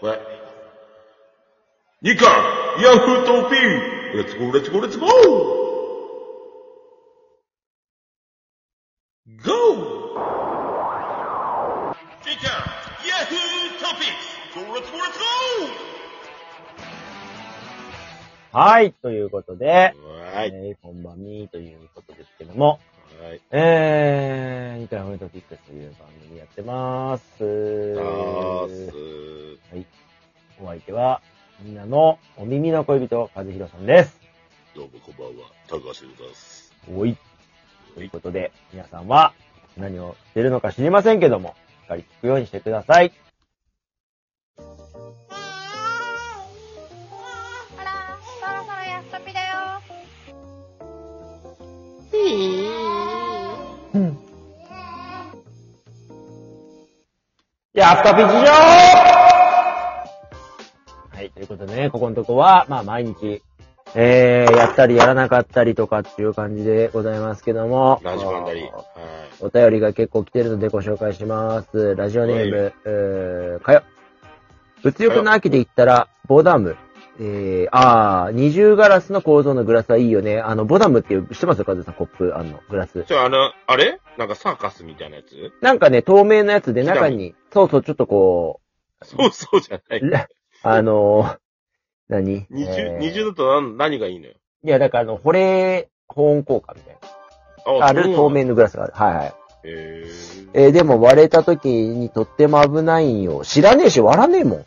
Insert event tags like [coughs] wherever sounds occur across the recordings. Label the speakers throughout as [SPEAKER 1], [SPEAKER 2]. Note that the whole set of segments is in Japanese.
[SPEAKER 1] これ。ニカヤフートピーレッツゴーレッツゴーレッツゴーゴーニカヤフートピックスゴーレッツゴーレッツ
[SPEAKER 2] はい、ということで、
[SPEAKER 1] ゴーは
[SPEAKER 2] え
[SPEAKER 1] い。
[SPEAKER 2] ー、こんばんみーということですけども、
[SPEAKER 1] はい。
[SPEAKER 2] えー、ニカラフードピックスという番組やってまーす。
[SPEAKER 1] あーす。
[SPEAKER 2] お相手は、みんなのお耳の恋人、和弘さんです。
[SPEAKER 1] どうもこんばんは。高橋でございます。
[SPEAKER 2] おい。と
[SPEAKER 1] お
[SPEAKER 2] いう
[SPEAKER 1] い
[SPEAKER 2] ことで、皆さんは何をしてるのか知りませんけども、しっかり聞くようにしてください。
[SPEAKER 3] あら、そろそろやすとぴだよ。
[SPEAKER 2] やっとピ事情はい、ということでね、ここのとこは、まあ毎日、えー、やったりやらなかったりとかっていう感じでございますけども。
[SPEAKER 1] ラジバンダリ。はい。
[SPEAKER 2] お便りが結構来てるのでご紹介します。ラジオネーム、えー、かよ。物欲の秋で言ったら、ボダム。えー、あー、二重ガラスの構造のグラスはいいよね。あの、ボダムっていう、知ってますカズさん、コップ、あの、グラス。
[SPEAKER 1] じゃあ、あの、あれなんかサーカスみたいなやつ
[SPEAKER 2] なんかね、透明のやつで中に、そうそう、ちょっとこ
[SPEAKER 1] そうそうじゃない。
[SPEAKER 2] う、あのー、何
[SPEAKER 1] 二重、
[SPEAKER 2] えー
[SPEAKER 1] 二重だと何何がいいのよ。
[SPEAKER 2] いや、だからあの、保冷、保温効果みたいな。あ
[SPEAKER 1] そう
[SPEAKER 2] る
[SPEAKER 1] なの
[SPEAKER 2] 透明のグラスがある。はいはい。
[SPEAKER 1] へー
[SPEAKER 2] えーでも割れた時にとっても危ないんよ。知らねえし、割らねえもん。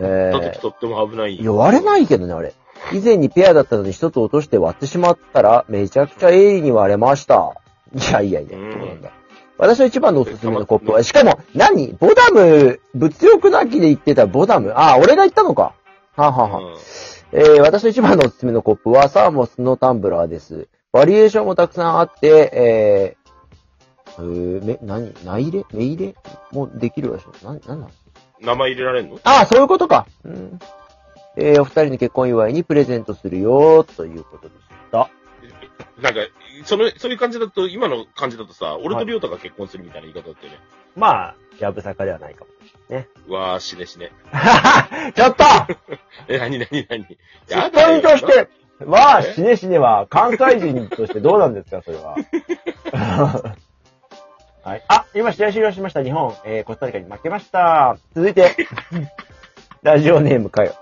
[SPEAKER 2] えー
[SPEAKER 1] だってとっても危ない。
[SPEAKER 2] いや、割れないけどね、あれ。以前にペアだったのに一つ落として割ってしまったら、めちゃくちゃ鋭利に割れました。いやいやいや、
[SPEAKER 1] うん
[SPEAKER 2] そうなんだ。私の一番のおすすめのコップは、しかも、何ボダム、物欲の秋で言ってたボダム。ああ、俺が言ったのか。はあ、はあはあ
[SPEAKER 1] うん
[SPEAKER 2] えー私の一番のおすすめのコップはサーモスのタンブラーです。バリエーションもたくさんあって、えー、えー、め、何内入れ目入れもできるらしい。な、なんなん
[SPEAKER 1] 名前入れられんの
[SPEAKER 2] ああ、そういうことか。うん。えーお二人の結婚祝いにプレゼントするよ、ということでした。
[SPEAKER 1] なんか、その、そういう感じだと、今の感じだとさ、俺とりょうたが結婚するみたいな言い方だったよね。
[SPEAKER 2] まあ、やぶさかではないかも。
[SPEAKER 1] うわー、死ね死ね。
[SPEAKER 2] [laughs] ちょっと
[SPEAKER 1] え、なになになに
[SPEAKER 2] ツッコミとし。ては、
[SPEAKER 1] え
[SPEAKER 2] 死ね死ねは、関西人としてどうなんですか、それは。はい。あ、今試合終了しました、日本。えー、コスタリカに負けました。続いて、ラジオネームかよ。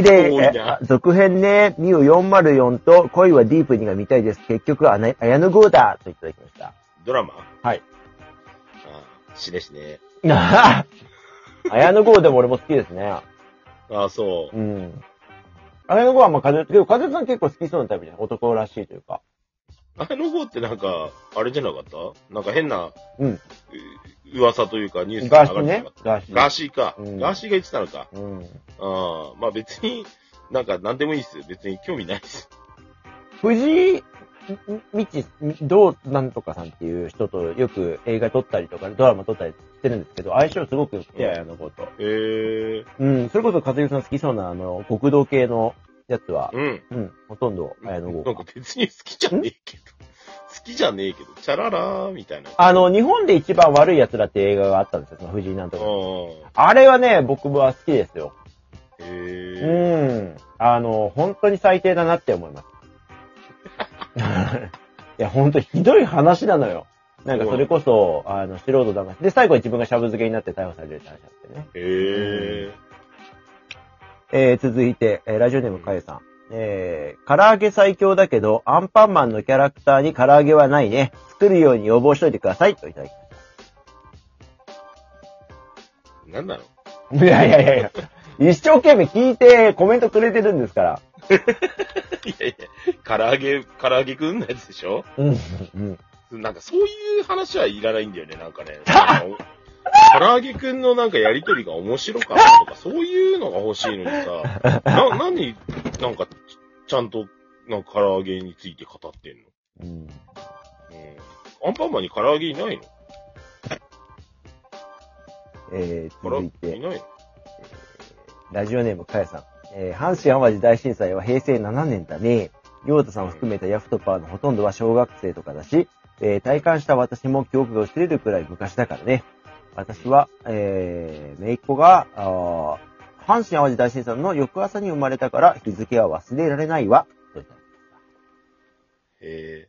[SPEAKER 1] 多い
[SPEAKER 2] 麗、え
[SPEAKER 1] な
[SPEAKER 2] あ続編ね、ミュ404と恋はディープにが見たいです。結局はあな、綾野剛だといただきました。
[SPEAKER 1] ドラマ
[SPEAKER 2] はい。
[SPEAKER 1] あー死ね死ね。
[SPEAKER 2] あ綾野剛でも俺も好きですね。
[SPEAKER 1] あー、そ
[SPEAKER 2] うん。綾野剛はまあ風邪、けど風さん結構好きそうなタイプじゃん。男らしいというか。
[SPEAKER 1] う。あの子ってなんか、あれじゃなかったなんか変な、
[SPEAKER 2] うん
[SPEAKER 1] う噂というかニュース
[SPEAKER 2] ガーシー
[SPEAKER 1] れて
[SPEAKER 2] ね
[SPEAKER 1] なかっ。た
[SPEAKER 2] ガーシー。
[SPEAKER 1] ガーシーか。
[SPEAKER 2] うん
[SPEAKER 1] ガーシーが言ってたのか。
[SPEAKER 2] うん。
[SPEAKER 1] ああ、まあ別に、なんか何でもいいっす。別に興味ないっす。
[SPEAKER 2] 藤井みち、どうなんとかさんっていう人とよく映画撮ったりとか、ドラマ撮ったりしてるんですけど、相性すごく良くて、
[SPEAKER 1] うん
[SPEAKER 2] 綾野剛と。
[SPEAKER 1] へえ。
[SPEAKER 2] うん。それこそ、和代さん好きそうな、あの、極道系のやつは、
[SPEAKER 1] うん。
[SPEAKER 2] うん。ほとんど綾野
[SPEAKER 1] な
[SPEAKER 2] 剛
[SPEAKER 1] んか。別に好きじゃねえけど。好きじゃねえけど、チャララーみたいな。あ
[SPEAKER 2] あの、日本で一番悪い奴らっていう映画があったんですよ、その藤井なんと
[SPEAKER 1] あ
[SPEAKER 2] か。。あれはね、僕は好きですよ。
[SPEAKER 1] へえ。
[SPEAKER 2] うん。あの、本当に最低だなって思い [laughs] ます。いや、本当ひどい話なのよ。なんかそれこそ、あの、素人だまし。で、最後に自分がシャブ漬けになって逮捕されるって話だってね。
[SPEAKER 1] へえ。
[SPEAKER 2] えー、続いて、えーラジオネームかゆさん。えー、唐揚げ最強だけど、アンパンマンのキャラクターに唐揚げはないね。作るように要望しといてください。といただきま
[SPEAKER 1] なんだろ
[SPEAKER 2] した。いやいやいやいや。 [laughs] 一生懸命聞いてコメントくれてるんですから。
[SPEAKER 1] う [laughs] いやいや、唐揚げ、唐揚げくんのやつでしょ
[SPEAKER 2] うん。うん。
[SPEAKER 1] なんかそういう話はいらないんだよね、なん
[SPEAKER 2] [laughs]
[SPEAKER 1] かね。唐揚げくんのなんかやりとりが面白かったとか、そういうのが欲しいのにさ、な、なに、なんか、ちちゃんと、なんか唐揚げについて語ってんの
[SPEAKER 2] うん
[SPEAKER 1] うん。アンパンマンに唐揚げいないの
[SPEAKER 2] えー、
[SPEAKER 1] 唐
[SPEAKER 2] 続
[SPEAKER 1] 揚げ
[SPEAKER 2] いて
[SPEAKER 1] い、ないの
[SPEAKER 2] ラジオネーム、かやさん。えー阪神淡路大震災は平成7年だね。ヨータさんを含めたヤフトパーのほとんどは小学生とかだし、えー体感した私も記憶が薄れるくらい昔だからね。私は、えー、姪っ子が、あー阪神淡路大震災の翌朝に生まれたから、日付は忘れられないわ。といただき
[SPEAKER 1] ええ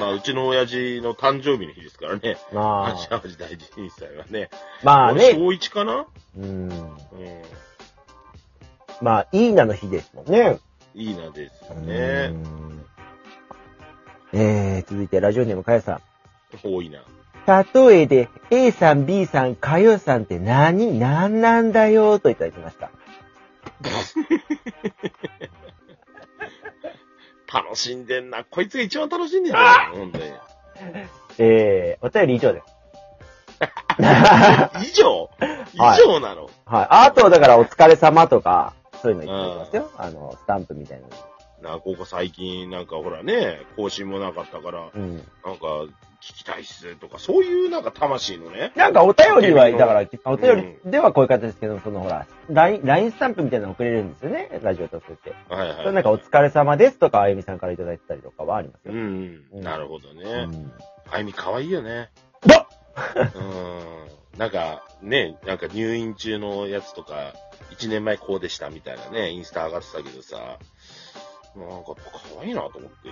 [SPEAKER 1] まあ、うちの親父の誕生日の日ですからね。
[SPEAKER 2] ま
[SPEAKER 1] 阪
[SPEAKER 2] す
[SPEAKER 1] 神淡路大震災はね。
[SPEAKER 2] まあ
[SPEAKER 1] 俺
[SPEAKER 2] ね、
[SPEAKER 1] 小一かな
[SPEAKER 2] うん。
[SPEAKER 1] うん。
[SPEAKER 2] まあ、いいなの日ですもんね。
[SPEAKER 1] いいなですよ
[SPEAKER 2] う
[SPEAKER 1] ね。
[SPEAKER 2] ん。えー、続いてラジオネームかよさん。
[SPEAKER 1] 多いな。
[SPEAKER 2] 例えで A さん、B さん、かよさんって何何なんだよといただきました。
[SPEAKER 1] 楽しんでんな。こいつが一番楽しんでんだよ、本当に。
[SPEAKER 2] えー、お便り以上です。 [laughs]
[SPEAKER 1] 以上以
[SPEAKER 2] はい
[SPEAKER 1] 上なの、
[SPEAKER 2] はい。あと、だから、お疲れ様とか、そういうの言ってますよ。あの、スタンプみたいなの。
[SPEAKER 1] なあここ最近なんかほらね、更新もなかったから、
[SPEAKER 2] うん。
[SPEAKER 1] なんか聞きたいっすとか、そういうなんか魂のね。
[SPEAKER 2] なんか、お便りは、
[SPEAKER 1] うん
[SPEAKER 2] だから、お便りではこういう形ですけど、その、ほら、ライン、ラインスタンプみたいなの送れるんですよね。ラジオ特って。
[SPEAKER 1] はいはい、
[SPEAKER 2] それなんか、お疲れ様ですとか、あゆみさんからいただいてたりとかはあります
[SPEAKER 1] う
[SPEAKER 2] よ。
[SPEAKER 1] ん、
[SPEAKER 2] うん
[SPEAKER 1] なるほど
[SPEAKER 2] う
[SPEAKER 1] ね。
[SPEAKER 2] ん。
[SPEAKER 1] あゆみ可愛いよね。
[SPEAKER 2] だ
[SPEAKER 1] うん。なんか、ね、なんか入院中のやつとか、1年前こうでしたみたいなね、インスタ上がってたけどさ、なんか可愛いなと思って。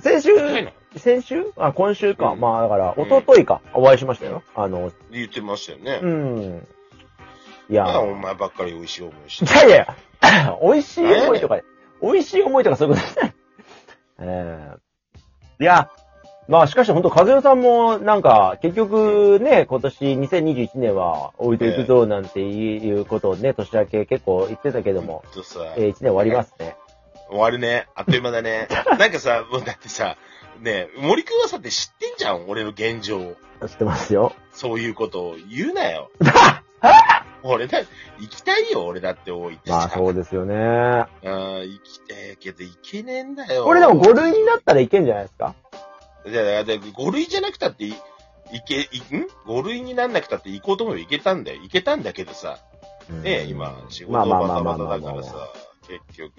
[SPEAKER 2] 先週、
[SPEAKER 1] 可愛いな。
[SPEAKER 2] 先週あ、今週か。
[SPEAKER 1] うん
[SPEAKER 2] まあ、だから、
[SPEAKER 1] うん
[SPEAKER 2] 一昨日か。お会いしましたよ。あの、
[SPEAKER 1] 言ってましたよね。
[SPEAKER 2] うん。い
[SPEAKER 1] まあ
[SPEAKER 2] や、
[SPEAKER 1] お前ばっかり美味しい思いして
[SPEAKER 2] い。やいや、 [coughs] 美味しい思いとか、美味しい思いとかそういうことじゃない。えーいや、まあしかし本当、和代さんもなんか、結局ね、今年2021年は置いていくぞなんていうことをね、年明け結構言ってたけども、
[SPEAKER 1] ほんとさ、
[SPEAKER 2] えー、1年終わりますね。
[SPEAKER 1] 終わるね。あっという間だ
[SPEAKER 2] [laughs]
[SPEAKER 1] ね。なんかさ、もうだってさ、ねえ、森くんはさって知ってんじゃん、俺の現状を。
[SPEAKER 2] 知ってますよ。
[SPEAKER 1] そういうことを言うな
[SPEAKER 2] [laughs]
[SPEAKER 1] よ。俺だ、行きたいよ、俺だって多いって
[SPEAKER 2] まあ
[SPEAKER 1] さ。
[SPEAKER 2] そうですよね。
[SPEAKER 1] ああ、行きてえけど行けねえんだよ。
[SPEAKER 2] これでも5類になったらいけんじゃないですか
[SPEAKER 1] いやいや、だから5類じゃなくたってい、行け、いん ?5 類になんなくたって行こうと思えば行けたんだよ。行けたんだけどさ。ねえ、今、仕事バタバタだからさ、結局、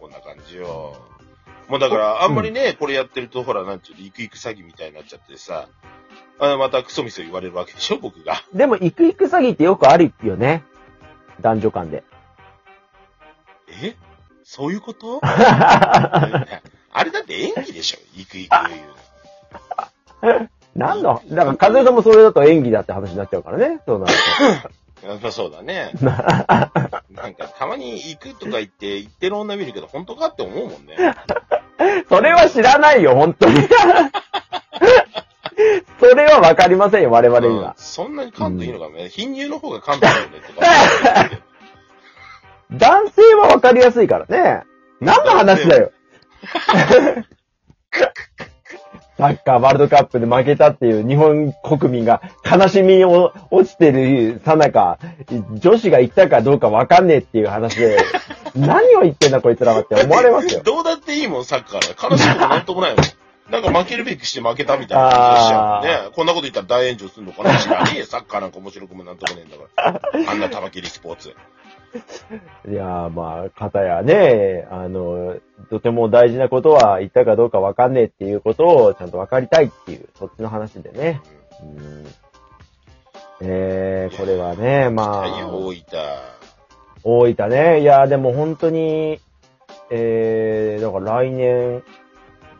[SPEAKER 1] こんな感じよ。もうだから、あんまりね、これやってると、ほら、なんちゅうの、行く行く詐欺みたいになっちゃってさ、あまたクソミソ言われるわけでしょ、 [laughs] 僕が。
[SPEAKER 2] でも、行く行く詐欺ってよくあるよね。男女間で。
[SPEAKER 1] えそういうこと [laughs] あれだって演技でしょ、行く行く言うの。
[SPEAKER 2] なんのだから、風さんもそれだと演技だって話になっちゃうからね。そうなる
[SPEAKER 1] やっぱそうだ
[SPEAKER 2] [laughs]
[SPEAKER 1] ね。
[SPEAKER 2] と
[SPEAKER 1] なんか、たまに行くとか言って、行ってる女見るけど、本当かって思うもんね。 [laughs]
[SPEAKER 2] それは知らないよ、本当に。それはわかりませんよ、我々に
[SPEAKER 1] うん
[SPEAKER 2] は。
[SPEAKER 1] そんなに関東いいのかもね。貧乳の方が関東だよね、とか。
[SPEAKER 2] [laughs] 男性はわかりやすいからね。何の話だよ。サッカーワールドカップで負けたっていう日本国民が悲しみを落ちてるさなか、女子が行ったかどうかわかんねえっていう話で、何を言ってん [laughs] だこいつらはって思われますよ。
[SPEAKER 1] どうだっていいもん、サッカーは。悲しいことなんとも
[SPEAKER 2] [laughs]
[SPEAKER 1] ないもん。なんか負けるべきして負けたみたいな感じしちゃうもんね。こんなこと言ったら大炎上するのかな知らねえよサッカーなんか面白くもなんともねえんだ
[SPEAKER 2] [laughs]
[SPEAKER 1] から。あんな玉切りスポーツ。
[SPEAKER 2] いやーまあ、方やね、あの、とても大事なことは言ったかどうかわかんねえっていうことをちゃんとわかりたいっていう、そっちの話でね。うん、えー、これはね、ま
[SPEAKER 1] はい、
[SPEAKER 2] あ、
[SPEAKER 1] 大分。
[SPEAKER 2] 大分ね。いやーでも本当に、えー、だから来年、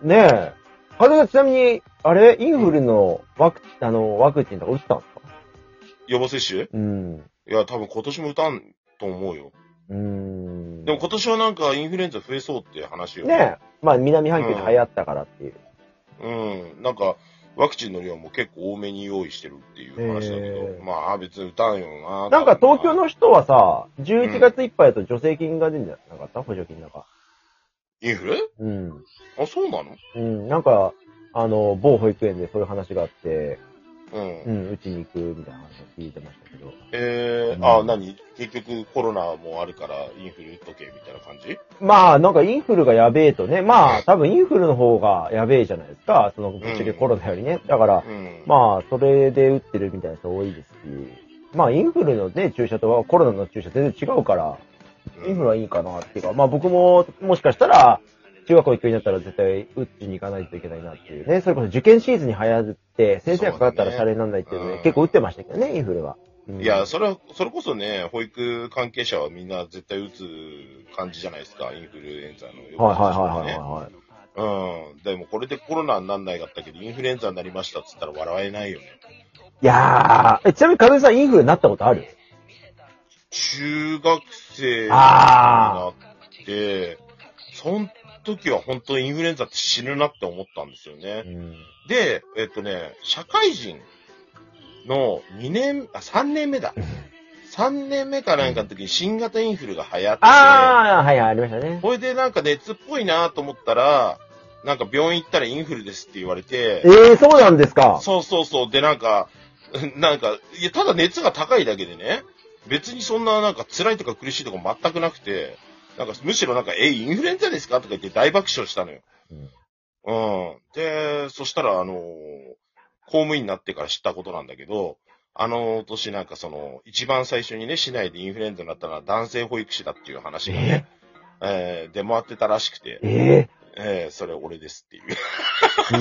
[SPEAKER 2] ねえ、かずちなみに、あれ、インフルのワク、あの、ワクチンとか打ったんですか
[SPEAKER 1] 予防接種
[SPEAKER 2] うん。
[SPEAKER 1] いや、多分今年も打たんと思うよ。
[SPEAKER 2] うん。
[SPEAKER 1] でも今年はなんかインフルエンザ増えそうっていう話よ。
[SPEAKER 2] ねえ、まあ南半球で流行ったからっていう。
[SPEAKER 1] うん、なんか、ワクチンの量も結構多めに用意してるっていう話だけど、
[SPEAKER 2] えー
[SPEAKER 1] まあ別に打たんよな。
[SPEAKER 2] なんか東京
[SPEAKER 1] 多分な
[SPEAKER 2] の人はさ、
[SPEAKER 1] う
[SPEAKER 2] 11
[SPEAKER 1] ん
[SPEAKER 2] 月いっぱいだと助成金が出るんじゃなかった補助金なんか。
[SPEAKER 1] インフル
[SPEAKER 2] うん。
[SPEAKER 1] あ、そうなの
[SPEAKER 2] うん。なんか、あの、某保育園でそういう話があって、
[SPEAKER 1] うん。
[SPEAKER 2] うん、うちに行くみたいな話を聞いてましたけど。
[SPEAKER 1] ええ
[SPEAKER 2] うん
[SPEAKER 1] ー、あ、何結局コロナもあるからインフル打っとけみたいな感じ
[SPEAKER 2] まあ、なんかインフルがやべえとね、まあ、多分インフルの方がやべえじゃないですか、その、ぶっちゃけコロナよりね。だから、
[SPEAKER 1] うん。
[SPEAKER 2] まあ、それで打ってるみたいな人多いですし、まあ、インフルのね、注射とはコロナの注射全然違うか
[SPEAKER 1] う
[SPEAKER 2] ら、
[SPEAKER 1] ん
[SPEAKER 2] インフルはいいかなっていうか、まあ僕も、もしかしたら、中学校行くようになったら絶対打ちに行かないといけないなっていうね。それこそ受験シーズンに流行って、先生がかかったらシャレにならないっていうので、
[SPEAKER 1] うん
[SPEAKER 2] 結構打ってましたけどね、インフルは。うん
[SPEAKER 1] いや、それは、それこそね、保育関係者はみんな絶対打つ感じじゃないですか、インフルエンザの予防接種
[SPEAKER 2] はい
[SPEAKER 1] と
[SPEAKER 2] は
[SPEAKER 1] か
[SPEAKER 2] いはいはい
[SPEAKER 1] ね。
[SPEAKER 2] は
[SPEAKER 1] うん。でもこれでコロナになんないかったけど、インフルエンザになりましたっつったら笑えないよね。
[SPEAKER 2] い。いやー、え、ちなみにかずさんインフルになったことある
[SPEAKER 1] 中学生にな
[SPEAKER 2] あ
[SPEAKER 1] って、その時は本当にインフルエンザって死ぬなって思ったんですよね。
[SPEAKER 2] うん。
[SPEAKER 1] で、えっとね、社会人の2年、あ、3年目だ。3年目かなんかの時に新型インフルが流行って、
[SPEAKER 2] あー、はいはい、ありましたね。
[SPEAKER 1] これでなんか熱っぽいなと思ったら、なんか病院行ったらインフルですって言われて
[SPEAKER 2] え、ー、そうなんですか。
[SPEAKER 1] そうそうそう。で、なんか、 [laughs] うんなんか、いや、ただ熱が高いだけでね、別にそんななんか辛いとか苦しいとか全くなくて、なんかむしろなんか、え、インフルエンザですかとか言って大爆笑したのよ。うん。で、そしたら、あのー公務員になってから知ったことなんだけど、あの年なんかその、一番最初にね、市内でインフルエンザになったのは男性保育士だっていう話がね、えー出回ってたらしくて、
[SPEAKER 2] え
[SPEAKER 1] えーそれ俺ですっていう。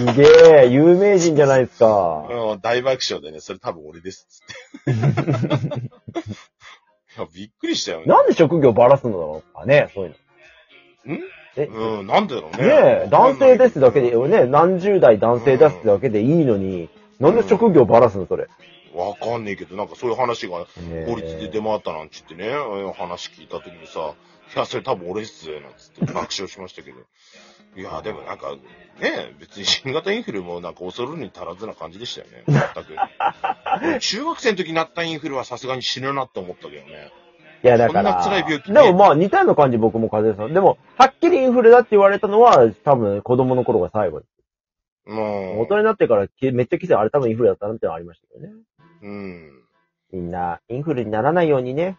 [SPEAKER 2] ー、すげえ、有名人じゃないですか。
[SPEAKER 1] うん、大爆笑でね、それ多分俺ですっ
[SPEAKER 2] [laughs]
[SPEAKER 1] つって。いや、びっくりしたよね。
[SPEAKER 2] なんで職業ばらすのだろうかね、そういうの。
[SPEAKER 1] ん
[SPEAKER 2] え、
[SPEAKER 1] うん、なんでだろうね。
[SPEAKER 2] ねえ、男性ですだけで、
[SPEAKER 1] わ
[SPEAKER 2] ね、何十代男性ですだけでいいのに、なんで職業ばらすの、それ。
[SPEAKER 1] かんねえけど、なんかそういう話が
[SPEAKER 2] ねえ
[SPEAKER 1] 法律で出回ったなんつってね、えー話聞いた時にさ、いや、それ多分俺っす、なんつって爆笑しましたけど。いや、でもなんか、ねえ、別に新型インフルもなんか恐るに足らずな感じでしたよね。全
[SPEAKER 2] [laughs]
[SPEAKER 1] く。中学生の時になったインフルはさすがに死ぬなって思ったけどね。
[SPEAKER 2] いや、だから。
[SPEAKER 1] そんな辛い病気
[SPEAKER 2] でもまあ似たような感じ僕も風邪さん。でも、はっきりインフルだって言われたのは、多分子供の頃が最後です。
[SPEAKER 1] も
[SPEAKER 2] 大人になってからきめっちゃ季節あれ多分インフルだったなってのはありましたけどね。
[SPEAKER 1] うん。
[SPEAKER 2] みんな、インフルにならないようにね、